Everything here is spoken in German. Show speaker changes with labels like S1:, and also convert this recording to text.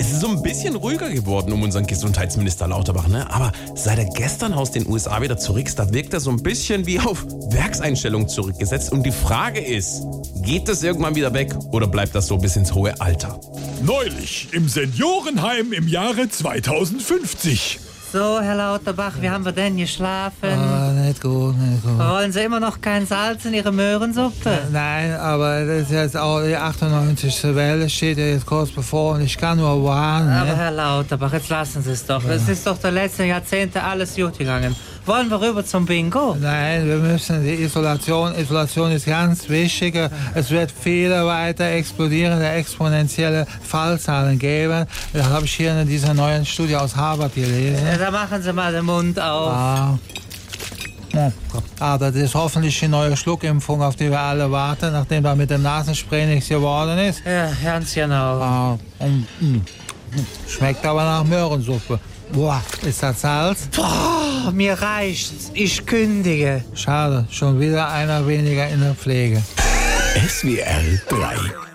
S1: ist so ein bisschen ruhiger geworden um unseren Gesundheitsminister Lauterbach, ne? Aber seit er gestern aus den USA wieder zurück ist, da wirkt er so ein bisschen wie auf Werkseinstellung zurückgesetzt. Und die Frage ist, geht das irgendwann wieder weg oder bleibt das so bis ins hohe Alter?
S2: Neulich im Seniorenheim im Jahre 2050.
S3: So, Herr Lauterbach, wie haben wir denn geschlafen?
S4: Ah, nicht gut, nicht gut.
S3: Wollen Sie immer noch kein Salz in Ihre Möhrensuppe?
S4: Nein, aber das ist jetzt auch die 98. Welle, steht ja jetzt kurz bevor und ich kann nur warnen.
S3: Aber
S4: Ne?
S3: Herr Lauterbach, jetzt lassen Sie es doch. Es ist doch der letzten Jahrzehnte alles gut gegangen. Wollen wir rüber zum Bingo?
S4: Nein, wir müssen die Isolation, Isolation ist ganz wichtig. Es wird viele weiter explodierende, exponentielle Fallzahlen geben. Das habe ich hier in dieser neuen Studie aus Harvard gelesen.
S3: Ja, da machen Sie mal den Mund auf.
S4: Ah. Oh, ah, das ist hoffentlich die neue Schluckimpfung, auf die wir alle warten, nachdem da mit dem Nasenspray nichts geworden ist.
S3: Ja, ganz genau.
S4: Ah, und, mm, schmeckt aber nach Möhrensuppe. Boah, ist das Salz? Ah.
S3: Oh, mir reicht's. Ich kündige.
S4: Schade, schon wieder einer weniger in der Pflege.
S1: SWR 3